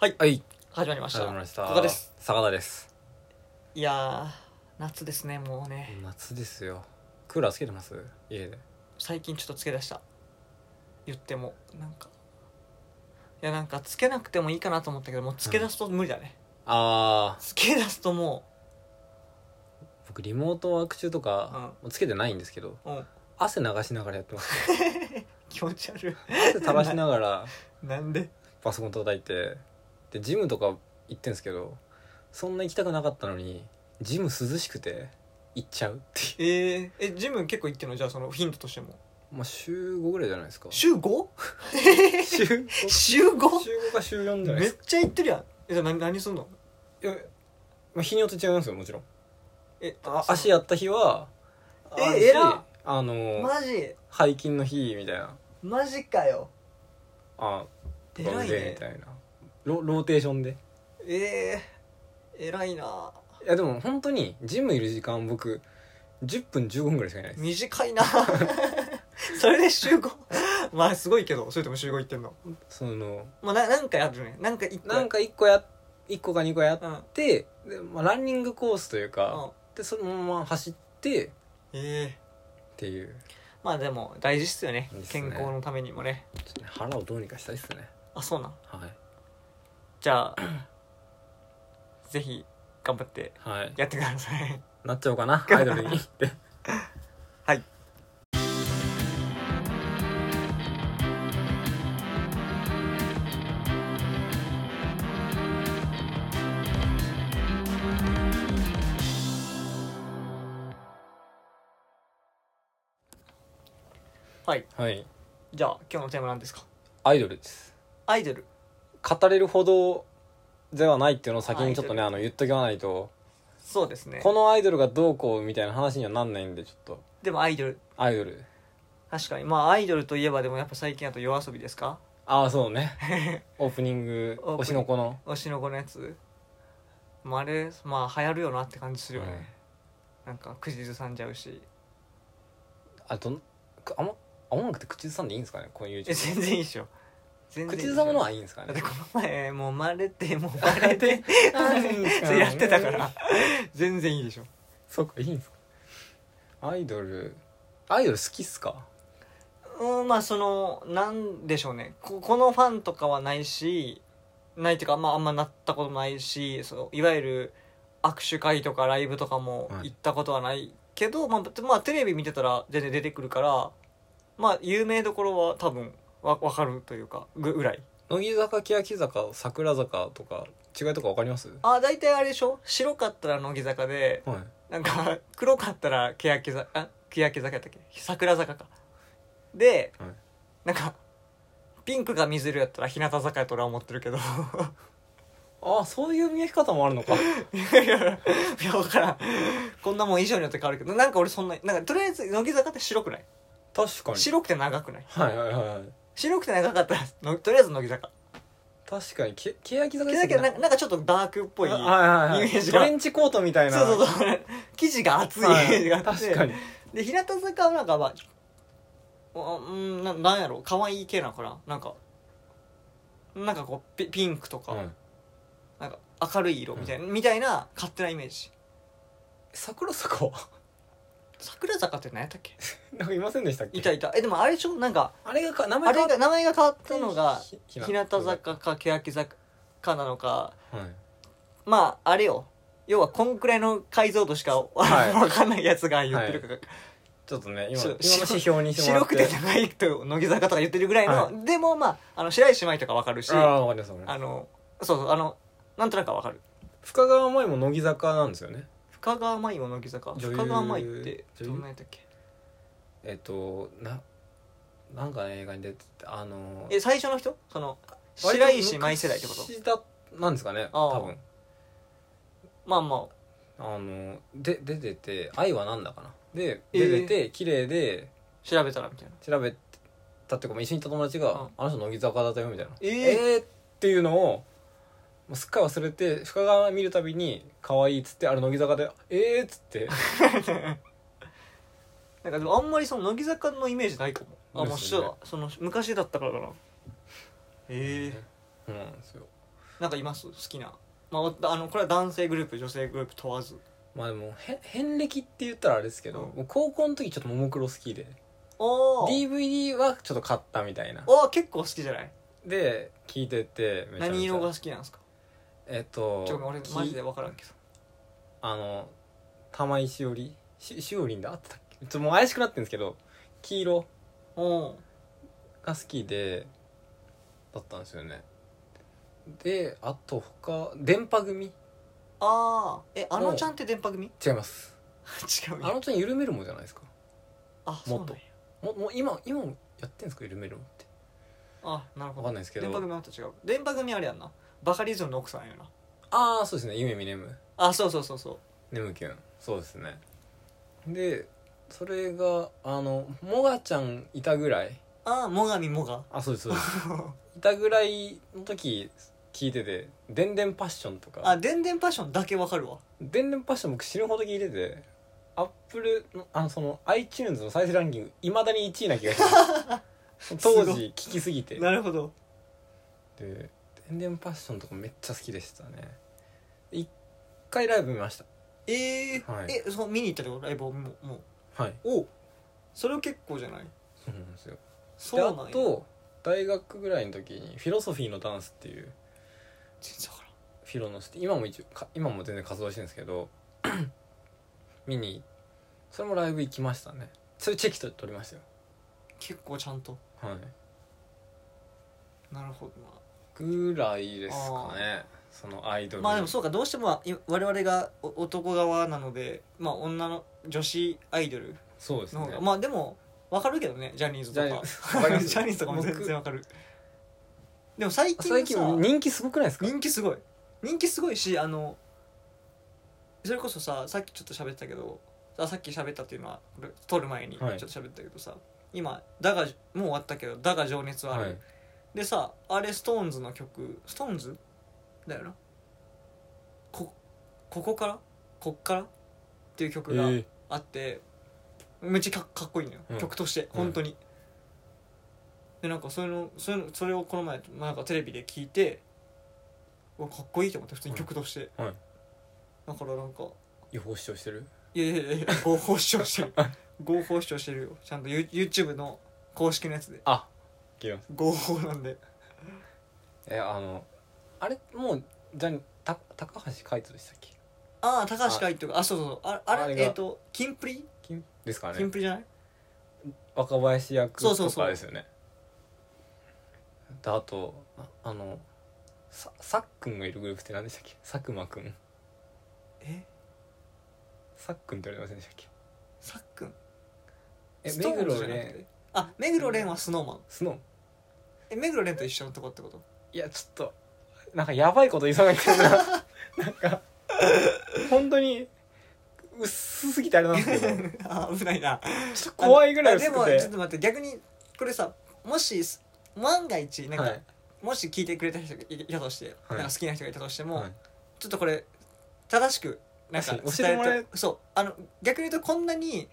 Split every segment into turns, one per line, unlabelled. はい
はい
始まりました
始まりました
ここです
坂田です
いやー夏ですねもうね
夏ですよクーラーつけてます家で
最近ちょっとつけ出した言ってもなんかいやなんかつけなくてもいいかなと思ったけどもうつけ出すと無理だね、
あー
つけ出すとも
僕リモートワーク中とか、つけてないんですけど
う、うん、
汗流しながらやってます
気持ち悪い
汗垂らしながら
なん で
パソコン叩いてでジムとか行ってんですけどそんな行きたくなかったのにジム涼しくて行っちゃうってい
えー、えジム結構行ってんのじゃあそのヒントとしても
うまあ週5ぐらいじゃないですか
週 5?
週 5? 週
週 5?
5か週4じゃな
め
いで
っ
すか
ちゃ行ってるやんえじゃあ何何すんの
いやまあ、日によって違いますよもちろん
え
あ
その
足やった日は
え
あるし
偉っ
あの
マジ
背筋の日みたいな
マジかよ
あ
偉いね
バグでみたいなロローテーションで
ええー、偉いない
やでも本当にジムいる時間僕10分15分ぐらいしかいないです
短いな それで週5 まあすごいけどそれでも週5行ってんの
その
まあななんかやるねなんか一個
なんか1個や一個か2個やっ
うんうん
てで、まあ、ランニングコースというかでそのまま走ってっ
ええ
ていう
まあでも大事っすよね
いいっすね
健康のためにもね
ちょっとね腹をどうにかしたいっすね
あそうなん
はい
じ ゃあぜひ頑張って
はい
やってください
なっちゃおうかなアイドルにって
はいはい
はい
じゃあ今日のテーマなんですか
アイドルです
アイドル
語れるほどではないっていうのを先にちょっとね
ア
あの言っとかないと
そうですね
このアイドルがどうこうみたいな話にはなんないんでちょっと
でもアイドル
アイドル
確かにまあアイドルといえばでもやっぱ最近だと夜遊びですか
ああそうね オープニング
オープニング
推しの子の
推しの子のやつまああれまあ流行るよなって感じするよね、
うん
なんか口ずさんじゃうし
あどんくあんま音楽って口ずさんでいいんですかねこういう
え全然いいっしょ全然いいっし
口
ょ
ずさむのはいいんですか
だっ
ね
てこの前もうまれて もうバレてそれやってたから全然いいでしょ
そうかいいんですかアイドルアイドル好きっすか
うんまあそのなんでしょうねここのファンとかはないしないっていうか、まあ、あんまなったこともないしそういわゆる握手会とかライブとかも
はい
行ったことはないけど、まあ、まあテレビ見てたら全然出てくるからまあ有名どころは多分わ分かるというかぐぐらい
乃木坂欅坂桜坂とか違いとかわかります
あ大体あれでしょ白かったら乃木坂で
はい
なんか 黒かったら欅坂あ欅坂やったっけ桜坂かで、
はい
なんかピンクが水色やったら日向坂やと俺は思ってるけど
ああそういう見え方もあるのか
いやいやいや分からんこんなもん衣装によって変わるけどなんか俺そんななんかとりあえず乃木坂って白くない
確かに
白くて長くない
はいはいはいはい
白くて長かったらのとりあえず乃木坂
確かにけ欅坂
だけどなんかなんかちょっとダークっぽい
は
そ
いはいはい
イメージ
ト
が
レンチコートみたいな
うそうそう 生地が厚いイメ
はい
ージがあって、
確かに
で日向坂はなんかまああうんななんやろ可愛い系なのかななんかなんかこうピピンクとか、
うん
なんか明るい色みたいな、みたいな勝手なイメージ
桜坂 は
桜坂って何やったっけ
なんかいませんでしたっけ
いたいたえでもあれでしょなんか
あれがか名
あ
前
れが名前が変わったのが
ひひ
日向坂か欅坂かなのか
はい
まああれよ要はこんくらいの解像度しか、
は い
わかんないやつが言ってるから、
ちょっとね今
し
今
ろ
の指標にしても
白
らっ
く
て
て長いと乃木坂とか言ってるぐらいの、でもまああの白石麻衣とかわかるし
ああわかりますわかりま
あ
す
のそうそうあのなんとなくわかる
深川麻衣も乃木坂なんですよね
深川麻衣も乃木坂
女
深
優
川麻衣って
女優
どんなやったっけ
えっとななんかね映画に出ててあの
え最初の人その白石麻衣世代ってこと
とだなんですかね
ああ
多分
まあまあ
あので出てて「愛はなんだ」かなで
え
出
ー
てて綺麗で
調べたらみたいな
調べたっていうか一緒にいた友達
う
が
ん
「あの人乃木坂だったよ」みたいな
えー
えーっていうのをもうすっかり忘れて深川見るたびに「可愛いっつって「あれ乃木坂で「えー」っつって
なんかでもあんまりその乃木坂のイメージないかもあもう
ですよね
そうだその昔だったからかなええ
そうなんですよ
なんかいます好きな、まあわた、あのこれは男性グループ女性グループ問わず
まあでもへ遍歴って言ったらあれですけど、
うん
もう高校の時ちょっとももクロ好きで
おー
DVD はちょっと買ったみたいな
おー結構好きじゃない
で聞いててめちゃめちゃ
何色が好きなんですか
えっと
ちょ俺
き
マジで分からんけど
あの玉井しおりししおりんだあったっけちょっともう怪しくなってるんですけど黄色
お
が好きでだったんですよねであと他電波組
ああえあのちゃんって電波組
違います
違う
あ
よ
のちゃん緩めるもんじゃないですか
あそう
も
な
っ
ん
と
や
ももう今今もやってんですか緩めるもんって
あなるほど
わかんないですけど
電波組はまた違う電波組あれやんなバカリズムの奥さんやな
ああそうですね夢見ねむ
あそうそうそうそう
ねむきゅんそうですねでそれがあのもがちゃんいたぐらい
ああもがみもが
あそうで すそうですいたぐらいの時聞いてて「でんでんパッション」と
あ
か
でんでんパッションだけわかるわ
「でんでんパッション」僕死ぬほど聞いててアップルのあのその iTunes の再生ランキングいまだに1位な気がし ます当時聞きすぎてで
なるほど
「でんでんパッション」とかめっちゃ好きでしたね一回ライブ見ました
えー
はい
えそう見に行ったってことライブをもうもう
はい
おそれは結構じゃない
そうなんですよ
そう
で
なん
あ
や
と大学ぐらいの時に「フィロソフィーのダンス」っていう
全然わからん
フィロのステ今も一応か今も全然活動してるんですけど 見にそれもライブ行きましたねそれチェキと撮りましたよ
結構ちゃんと
はい
なるほどな
ぐらいですかねそのアイドル
まあでもそうかどうしてもい我々がお男側なのでまあ女の女子アイドル
そうです
の
ね
方が、まあでもわかるけどねジャニーズと
ジャニ
か
ーわかりま す
ジャニーズとかも全然わかるでも最近
最近
さ
人気すごくないですか
人気すごい人気すごいしあのそれこそささっきちょっと喋ったけどあさっき喋ったっていうのはこれ撮る前にちょ
は
っ
い
と喋ったけどさ、今「だが」もう終わったけど「だが情熱はある」
はい
でさあれストーンズの曲ストーンズだよなこここからこっからっていう曲が
え
あって、めっちゃかかっこいいのよ、
うん
曲として
うん
本当に、でなんかそういうのそういうのそれをこの前、まあ、なんかテレビで聞いてうわかっこいいと思って普通に曲として、
はいはい
だからなんか
違法主張してる
いやいやい や合法視聴してる合法視聴してるよちゃんと You- YouTube の公式のやつで
あ聞きます
合法なんで
えあのあれもうジャニた高橋海人でしたっけ
ああ高橋海人があそうそうそうああれ
あれが
えっ、とキンプリ
金ですか
キ
ね
ンプリじゃない
若林役
そうそ
と
うそう
かですよねであとああのささっくんがいるグループって何でしたっけ佐久間くん
え
さっくんって言われてませんでしたっ
さっくん
けえ
ストー
目
ンズ
黒
じゃなく
蓮
てあ目黒蓮はスノーマン
スノー
え目黒蓮と一緒のとこってこと
いやちょっとなんかやばいこと言いそうな気 がするななんか本当に薄すぎて あれなんですけど
あ危ないな
ちょっと怖いぐらい
あで
薄く
もちょってと待って逆にこれさもし万が一なんか、
はい
もし聞いてくれた人がいいたとして、
はい
なんか好きな人がいたとしても、
はい
ちょっとこれ正しくなんか
確かに教えてもらえ
伝とそうあの逆に言うとこんなに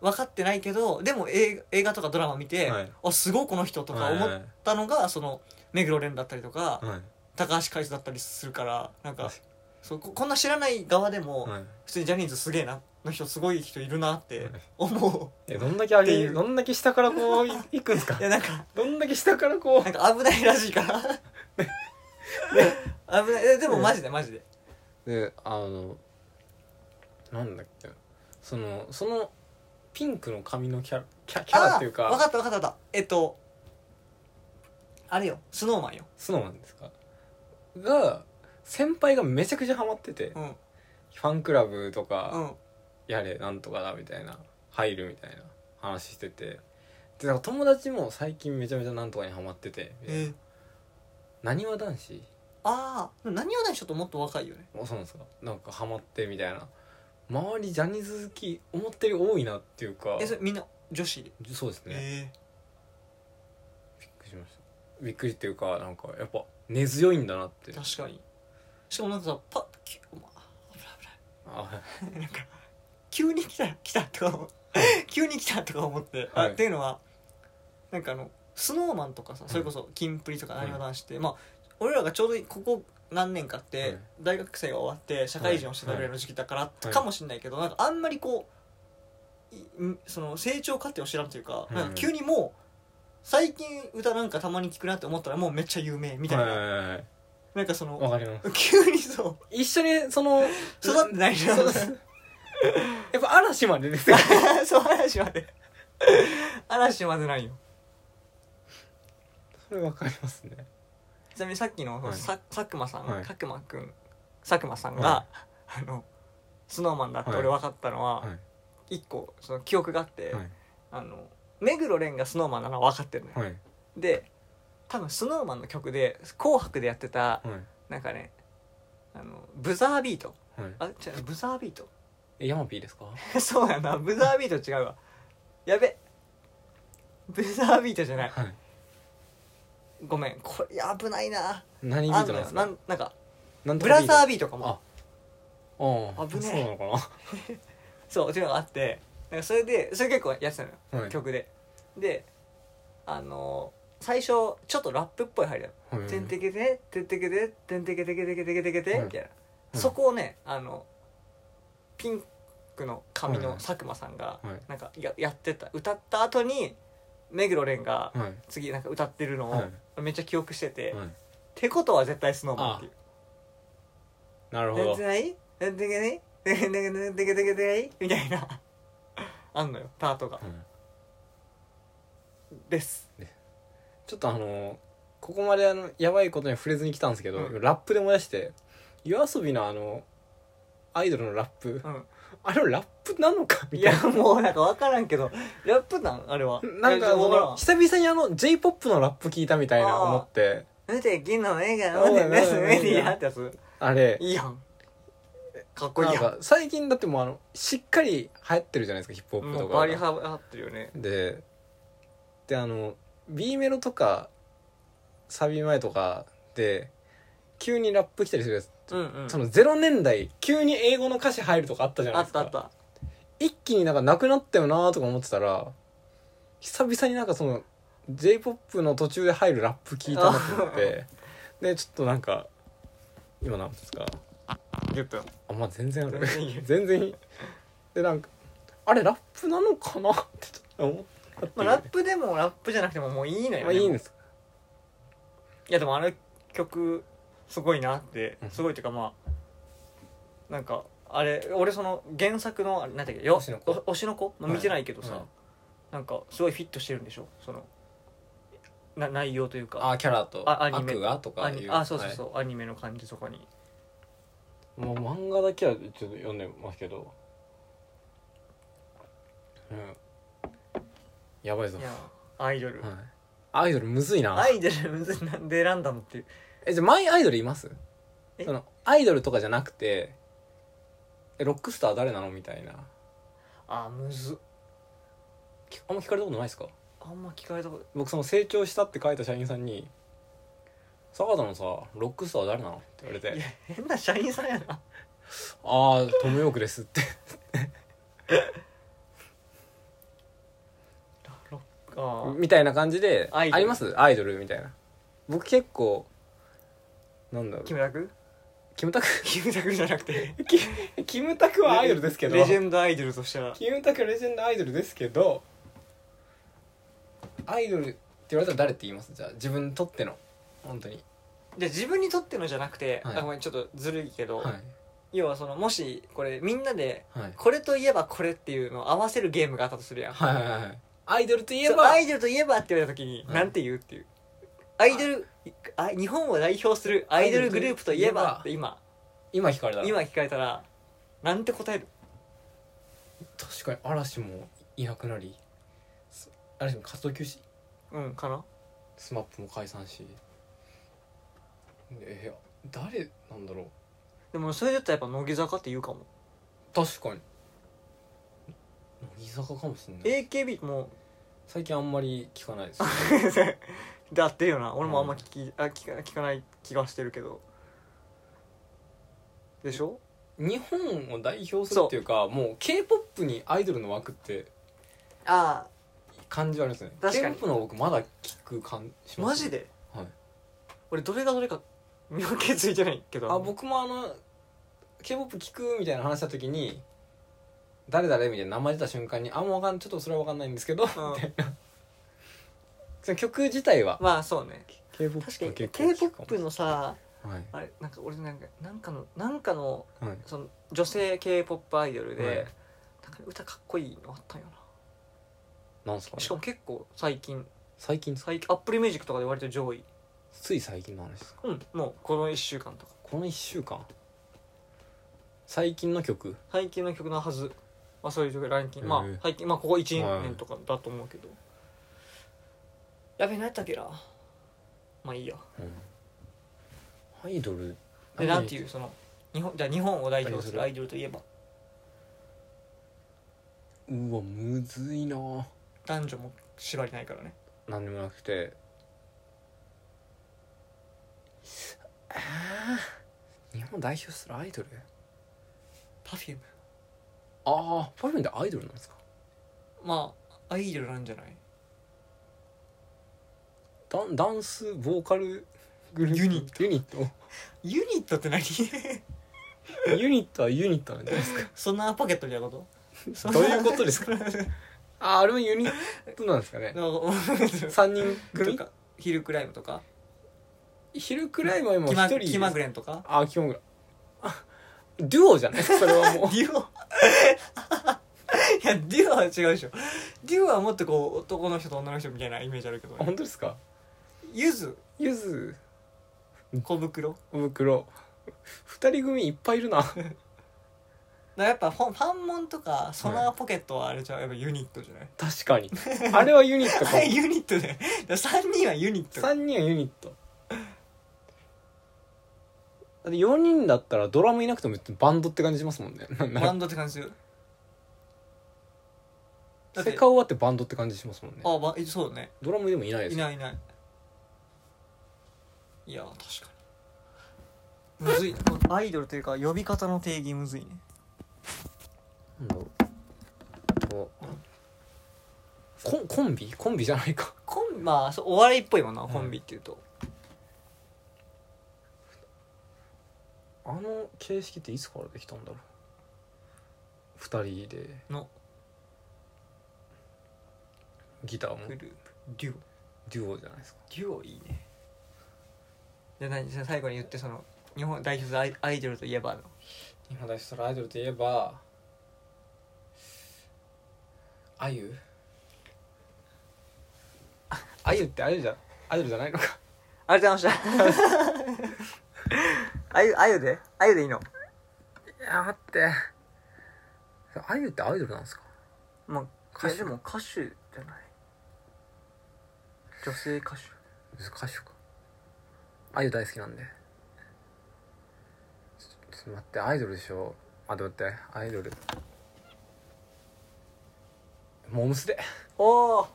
分かってないけどでも映画映画とかドラマ見て、
はい
あすごいこの人とか思ったのが、その目黒蓮だったりとか、
はいはい
高橋海人だったりするからなんか
確
そうここんな知らない側でも、
はい
普通にジャニーズすげえなの人すごい人いるなって
はい
思
えどんだけ上
って
げ
いう
どんだけ下からこういいくんですか
ういやなんか
どんだけ下からこう
なんか危ないらしいから 危ないえでもマジでマジで
であのなんだっけそのそのピンクの髪のキャラキャキャラっていう
あー分
か
かった分かった分かったえっとあれよスノーマンよ
スノーマンですかが先輩がめちゃくちゃハマってて、
うんうん
ファンクラブとか、
あ
やれなんとかだみたいな入るみたいな話しててでなんか友達も最近めちゃめちゃなんとかにハマってて
え
なにわ男子
あーでも何をないちょっともっと若いよね
もそうなんですかなんかハマってみたいな周りジャニーズ好き思ってるより多いなっていうか
えそれみんな女子
そうですね、
え
びっくりしましたびっくりっていうかなんかやっぱ根強いんだなって
え確かにしかもなんかさパッきお前
あ
なんか急に来た来たとか思う急に来たとか思って、
は
あ
い
っていうのはなんかあのスノーマンとかさ
ん
それこそキンプリとか
うん
なにわ男子って、まあ俺らがちょうどここ何年かっ
は
て
い
大学生が終わって社会人をしてたぐらいの時期だから
い
かもしれないけどなんかあんまりこういんその成長過程を知らんというか
うん
なんか急にもう最近歌なんかたまに聞くなって思ったらもうめっちゃ有名みたい
は
な
ははい
なんかその
わかりま す
急にそう
一緒にその
育ってないな
そうやっぱ嵐までですよ
そう嵐まで嵐までないよ
それわかりますね
ちなみにさっきの、
はい
さ佐久間さん、
はい
佐久間くん佐久間さんが、
は
あのスノーマンだって
はい
俺分かったのは
は
一、個その記憶があって、
いはい
あの目黒蓮がスノーマンなのは分かってるのよ、
はい
で多分スノーマンの曲で「紅白」でやってた
はい
なんかねあのブザービート
はい
あ違うブザービート
えヤマピーですか
そうやなブザービート違うわやべブザービートじゃない
はい
ごめんこれ危ないな
何ビ
あ
ー
ん
ト
の
なんで
よ
す
な
か
んなんか
なん
ブラザー
ー
ビートかも
あああ
危ねえ
そうなのか
そうっていうのがあってなんかそれでそれ結構やってたのよ、
なはい
曲でであのー最初ちょっとラップっぽい入りだ
はい
「てんてけててんてけててんてけてけてけてけてけて」
はい
みたいな、
い
そこをねあのピンクの髪
はい
の
はい
佐久間さんが
はい
なんかややってた歌った後に目黒蓮が
はい
次なんか歌ってるの
は
をめっちゃ記憶してて、
い
っ
はい
てことは絶対スノーマンっていう。
なるほ
なん
ど
てないなんてけないなんてけないなんてけないみたいなあんのよパートが
うん
です
ちょっとあのここまであのやばいことには触れずに来たんですけど、
うん
ラップで思い出して夜遊びのあのアイドルのラップ
うん
あれはラップなのかみ
い
たい
や
な
もうなんか分からんけどラップなんあれは
なんかあ
分から
の
ん
久々にあの j p o p のラップ聞いたみたいな思って
見て銀の映画のねメスメディアってやつ
あれ
いいやんかっこいい
なん
やん
か最近だってもうあのしっかり流行ってるじゃないですかヒップホップ
も
と
うバリ
か
ハマってるよね
でであの B メロとかサビ前とかで急にラップ来たりするやつ
うんうん
その0年代急に英語の歌詞入るとかあったじゃな
あ
い
っ
ですか
たあった
一気になんかなくなったよなとか思ってたら久々になんかその j p o p の途中で入るラップ聞いたなと思ってでちょっとなんか今なんですか
10分
あまあ全然ある
全然いいよ
全然いいでなんかあれラップなのかなってちょっと思ったって
ま
い
あ
う
ラップでもラップじゃなくてももういいのよ
まあいいん
ね
ですか
いやでもあの曲すごいなって
うん
すごいっていうかまあなんかあれ俺その原作のあれなんだっけよ
推しの子
お推しの子、まあ
はい
見てないけどさ、
はい
なんかすごいフィットしてるんでしょそのな内容というか
あキャラと
あアニメ
悪がと
あ
かいう
あそうそうそう、アニメの感じとかに
まあ、漫画だけはちょっと読んでますけど、うん、やばいぞ
いやアイドル、
はい、アイドルむずいな
アイドルむずいなんで選んだのっていう
えじゃあマイアイドルいます
え
そのアイドルとかじゃなくてえロックスター誰なのみたいな
あむずっ
きあんま聞かれたことないですか
あんま聞かれたこと
僕その成長したって書いた社員さんに「坂田のさロックスター誰なの?」って言われ
いや
て
変な社員さんやな
「ああトム・ヨークです」って
ロックあー
みたいな感じで「
ア
あ
イドル
りますアイドル」みたいな僕結構なんだろう
キムタク
キムタク
キムタクじゃなくて
キムタクはアイドルですけど
レジェンドアイドルとしたら
キムタクはレジェンドアイドルですけどアイドルって言われたら誰って言いますじゃあ自分にとっての本当に
じゃあ自分にとってのじゃなくて、
はい
あごめんちょっとずるいけど、
はい
要はそのもしこれみんなで
はい
これといえばこれっていうのを合わせるゲームがあったとするやん、
はいはいはいアイドルといえ
そう
ば
アイドルといえばって言われた時に
はい
なんて言うっていうアイドルあ日本を代表するアイドルグループといえばって今
今聞かれたら
今聞かれたらなんて答える
確かに嵐もいなくなりす嵐も活動休止
うんかな
スマップも解散しえー誰なんだろう
でもそれだったらやっぱ乃木坂って言うかも
確かに乃木坂かもしんない
AKB も
最近あんまり聞かな いです
で合ってるよな俺もあんま聞き、あ聞か聞かない気がしてるけどでしょ
日本を代表するっていうかもう k p o p にアイドルの枠って
あ
感じはありますね
確
k
か
p
に
o p の僕まだ聞く感じします
マジで
はい
俺どれがどれか見分けついてないけど
あ僕もあの k p o p 聞くみたいな話した時に「誰誰?」みたいな名前出た瞬間に「あもうわかんちょっとそれは分かんないんですけど」 みたいなその曲自体は
まあそうね
k p o p
確かに k p o p のさ
はい
あれなんか俺なんかなんかのなんかの
はい
その女性 k p o p アイドルで、
はい
なんか歌かっこいいのあったんよ
なんす
な
かね
しかも結構最近
最近ですか
最近アップルミュージックとかで割と上位
つい最近の話ですか
うんもうこの1週間とか
この1週間最近の曲
最近の曲のはず、まあ、そういうランキング、まあ
へえ
最近まあここ1年とかだと思うけど、やべえ何やったっけなまあいいや
アイドル
でなんて
う
いうその日本じゃあ日本を代表するアイドルといえば
うわむずいな
男女も縛りないからね
何でもなくてあー日本を代表するアイドル
Perfume
ああパフュームってアイドルなんですか
まあアイドルなんじゃない
ダンダンスボーカルグループ
ユニッ
トユニット
ユニットって何
ユニットはユニットなんじゃないですか
そんなポケットみたいなこと
どういうことですか
か
あーあれもユニットなんですかね3人
と
組
かヒルクライムとか
ヒルクライムは今
キ
一
マ
人
キマグレンとか
あ基本がデュオじゃないです かそれはもう
デュオ いやデュオは違うでしょデュオはもっとこう男の人と女の人みたいなイメージあるけど
あ本当ですか
ゆず
ゆず
小袋
おぶくろ2人組いっぱいいるな
だからやっぱファンファンモンとかソナーポケットはあれじゃうやっぱユニットじ ゃない
確かにあれはユニットか
あれユニットで3人はユニット
3人はユニットだって4人だったらドラムいなくてもバンドって感じしますもんねなんな
バ
ら
ンドって感じするだっ
セ
て
カオワってバンドって感じしますもんね
あ、ま、えそうだね
ドラムでもいないです
い
よ
ないいないいや確かにむずいまアイドルというか呼び方の定義むずいね
なんだろうおコンコンビコンビじゃないか
コンまあそうお笑いっぽいもんなコンビっていうと、
あの形式っていつからできたんだろう2人で
の
ギターも
グループデュオ
デュオじゃないですか
デュオいいねじゃあ何じゃあ最後に言ってその日本代表するアイアイドルといえばの
今代表するアイドルといえばあゆあゆってアイドルじゃアイドルじゃないのか
ありがとうございました あゆあゆであゆでいいの
いや待ってあゆってアイドルなんですか
まあ
歌手
いやでも歌手じゃない女性歌手
難しいかあゆ大好きなんでちょちょっと待ってアイドルでしょあでも待ってアイドルモームスで
おお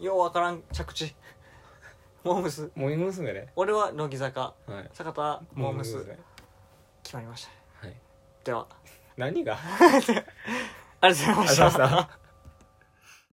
ようわからん着地モームス
モー娘で、
俺は乃木坂
はい、
坂田モームス
で
決まりました
はい
では
何が
ありがとうございました
た